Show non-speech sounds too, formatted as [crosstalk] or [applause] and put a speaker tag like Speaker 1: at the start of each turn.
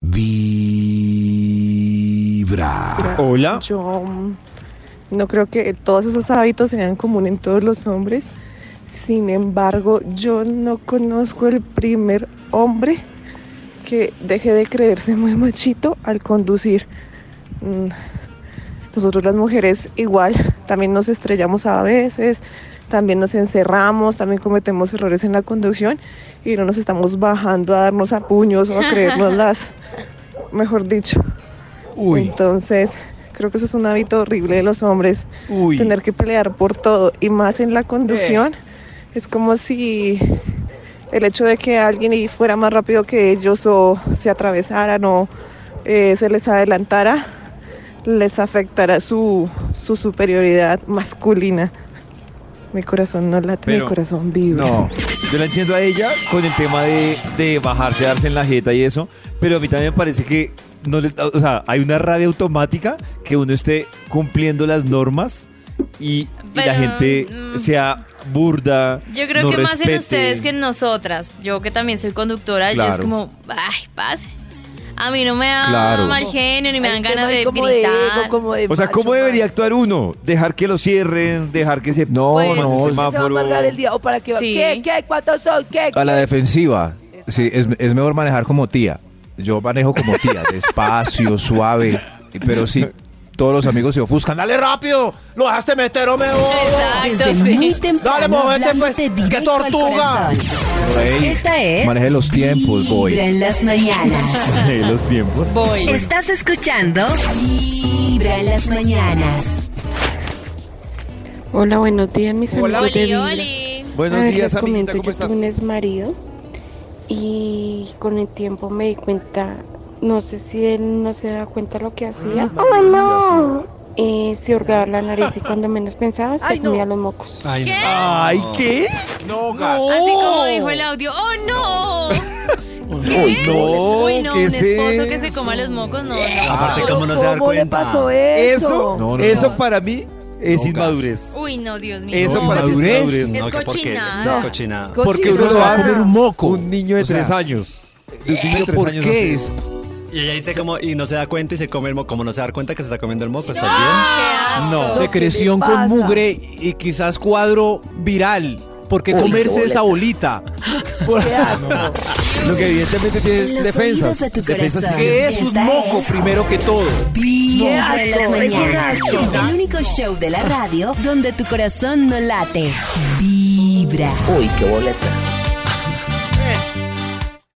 Speaker 1: Vibra.
Speaker 2: Ah,
Speaker 3: Hola.
Speaker 4: Yo mm, no creo que todos esos hábitos sean común en todos los hombres. Sin embargo, yo no conozco el primer hombre que deje de creerse muy machito al conducir. Mm, Nosotros las mujeres igual, también nos estrellamos a veces, también nos encerramos, también cometemos errores en la conducción y no nos estamos bajando a darnos a puños o a creernos las, mejor dicho.
Speaker 1: Uy,
Speaker 4: Entonces, creo que eso es un hábito horrible de los hombres,
Speaker 1: uy.
Speaker 4: tener que pelear por todo y más en la conducción. Es como si el hecho de que alguien y fuera más rápido que ellos o se atravesaran o eh, se les adelantara, les afectará su, su superioridad masculina. Mi corazón no late,
Speaker 3: Pero-
Speaker 4: mi corazón vibra.
Speaker 3: No, yo la entiendo a ella con el tema de, de bajarse, darse en la jeta y eso, pero a mí también me parece que no le- o sea, hay una rabia automática que uno esté cumpliendo las normas y, y la
Speaker 5: Pero,
Speaker 3: gente
Speaker 5: mm.
Speaker 3: sea burda.
Speaker 5: Yo creo
Speaker 3: no
Speaker 5: que más en
Speaker 3: respete.
Speaker 5: ustedes que en nosotras. Yo que también soy conductora, yo es
Speaker 3: Claro.
Speaker 5: como, ay, pase. A mí no me da
Speaker 3: Claro.
Speaker 5: mal genio ni me
Speaker 2: Hay un
Speaker 5: dan ganas
Speaker 2: tema ahí
Speaker 5: de
Speaker 2: como
Speaker 5: gritar.
Speaker 2: ego, como de
Speaker 3: O sea, ¿cómo
Speaker 2: macho,
Speaker 3: debería
Speaker 2: man.
Speaker 3: actuar uno? Dejar que lo cierren, dejar que se... No,
Speaker 5: Pues,
Speaker 3: no,
Speaker 5: se
Speaker 2: Se va a amargar el día. ¿O para qué va?
Speaker 5: Sí.
Speaker 2: ¿Qué? ¿Qué? ¿Cuántos son? ¿Qué?
Speaker 6: A la defensiva. Sí, es, es mejor manejar como tía. Yo manejo como
Speaker 5: [laughs]
Speaker 6: tía, despacio, suave. Pero si todos los amigos se ofuscan, dale rápido, lo dejaste meter, hombre.
Speaker 5: Exacto,
Speaker 7: Desde
Speaker 5: sí.
Speaker 7: muy temprano
Speaker 6: Dale, movete,
Speaker 7: hablándote
Speaker 6: pues. ¡Qué
Speaker 7: directo al
Speaker 6: tortuga!
Speaker 7: corazón.
Speaker 6: Ey,
Speaker 7: Esta es
Speaker 6: maneje los tiempos, boy.
Speaker 7: Vibra en las mañanas.
Speaker 3: De [laughs] los tiempos.
Speaker 5: Voy.
Speaker 7: Estás escuchando Vibra en las mañanas.
Speaker 8: Hola, buenos días, mis
Speaker 3: Hola.
Speaker 8: amigos de
Speaker 5: Oli,
Speaker 8: Vibra.
Speaker 5: oli.
Speaker 3: Buenos
Speaker 8: A ver,
Speaker 3: días,
Speaker 8: les
Speaker 3: amiguita,
Speaker 8: comento,
Speaker 3: ¿cómo
Speaker 8: yo
Speaker 3: estás?
Speaker 8: tuve un ex marido y con el tiempo me di cuenta, no sé si él no se da cuenta lo que
Speaker 3: Mm,
Speaker 8: hacía. ¡Oh, no! Eh, se hurgaba la nariz y cuando menos pensaba se
Speaker 2: Ay, no.
Speaker 8: comía los mocos.
Speaker 5: ¿Qué?
Speaker 3: Ay, ¿qué?
Speaker 6: No, gas.
Speaker 3: Oh.
Speaker 5: Así como dijo el audio. ¡Oh, no!
Speaker 3: Uy, no,
Speaker 5: Uy, no, un
Speaker 3: ¿qué es
Speaker 5: esposo que se
Speaker 3: eso?
Speaker 5: coma los mocos, no.
Speaker 9: Aparte,
Speaker 5: no.
Speaker 9: ¿cómo no se dar
Speaker 2: ¿Cómo le
Speaker 9: cuenta?
Speaker 2: pasó eso?
Speaker 3: Eso,
Speaker 6: No, no,
Speaker 3: eso
Speaker 5: no.
Speaker 3: para mí es
Speaker 6: No,
Speaker 3: inmadurez.
Speaker 5: Uy, no, Dios mío.
Speaker 3: Eso
Speaker 5: No.
Speaker 3: para mí es
Speaker 6: madurez.
Speaker 3: inmadurez.
Speaker 5: Es
Speaker 9: No, que porque
Speaker 5: cochinada.
Speaker 9: es
Speaker 5: No.
Speaker 9: cochinada.
Speaker 3: Porque
Speaker 2: Cochino.
Speaker 3: uno se va a comer un moco. Un niño de
Speaker 6: O sea,
Speaker 3: tres años. Un niño de
Speaker 6: ¿Pero
Speaker 3: tres
Speaker 6: por
Speaker 3: años hace
Speaker 6: qué es?
Speaker 9: Y ella dice como, y no se da cuenta y se come el moco. Como no se da cuenta que se está comiendo el moco, ¿estás
Speaker 5: ¡Qué asco!
Speaker 3: No.
Speaker 6: Secreción
Speaker 2: ¿Qué le
Speaker 6: con
Speaker 2: pasa?
Speaker 6: mugre y quizás cuadro viral. ¿Por qué comerse
Speaker 2: [laughs]
Speaker 6: esa bolita? Por- [laughs]
Speaker 3: Lo que evidentemente
Speaker 7: En
Speaker 3: tiene
Speaker 7: los oídos
Speaker 3: defensas.
Speaker 7: de tu
Speaker 3: defensas
Speaker 7: corazón.
Speaker 6: ¿Qué es un
Speaker 7: Esta
Speaker 6: moco primero que todo?
Speaker 7: Vibra en las
Speaker 2: asco, es un
Speaker 7: mañanas.
Speaker 2: asco.
Speaker 7: El único show de la radio donde tu corazón no late. Vibra.
Speaker 10: Uy, qué boleta.